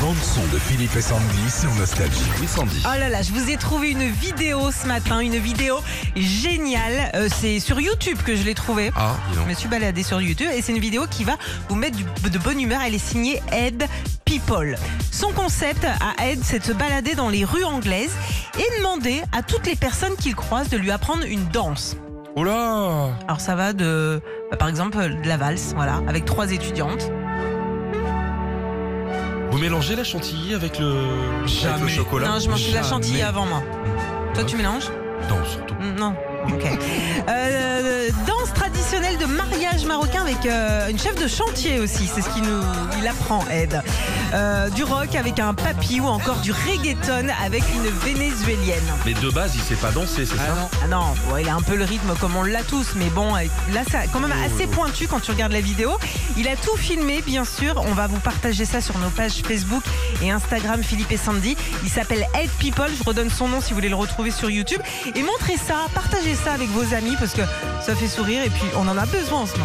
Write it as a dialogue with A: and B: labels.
A: bande son de Philippe et Sandy sur Nostalgie. Oui, Sandy.
B: Ah,
C: Oh là là, je vous ai trouvé une vidéo ce matin, une vidéo géniale. Euh, c'est sur YouTube que je l'ai trouvée.
A: Ah, dis
C: Je
A: donc.
C: me suis baladée sur YouTube et c'est une vidéo qui va vous mettre du- de bonne humeur. Elle est signée Ed People. Son concept à Ed, c'est de se balader dans les rues anglaises et demander à toutes les personnes qu'il croise de lui apprendre une danse.
A: Oh là
C: Alors ça va de, bah, par exemple, de la valse, voilà, avec trois étudiantes.
B: Vous mélangez la chantilly avec le, avec le
A: Jamais.
B: chocolat
C: non, je mange de la
B: Jamais.
C: chantilly avant moi. Toi, tu mélanges
B: Non, surtout.
C: Mm, Non. Ok. Euh, danse traditionnelle de mariage marocain avec euh, une chef de chantier aussi. C'est ce qu'il nous il apprend, Ed. Euh, du rock avec un papy ou encore du reggaeton avec une vénézuélienne.
B: Mais de base, il sait pas danser, c'est ça
C: Ah non, ouais, il a un peu le rythme comme on l'a tous, mais bon, euh, là, c'est quand même assez pointu quand tu regardes la vidéo. Il a tout filmé, bien sûr. On va vous partager ça sur nos pages Facebook et Instagram Philippe et Sandy. Il s'appelle Ed People. Je redonne son nom si vous voulez le retrouver sur YouTube. Et montrez ça, partagez ça avec vos amis parce que ça fait sourire et puis on en a besoin en ce moment.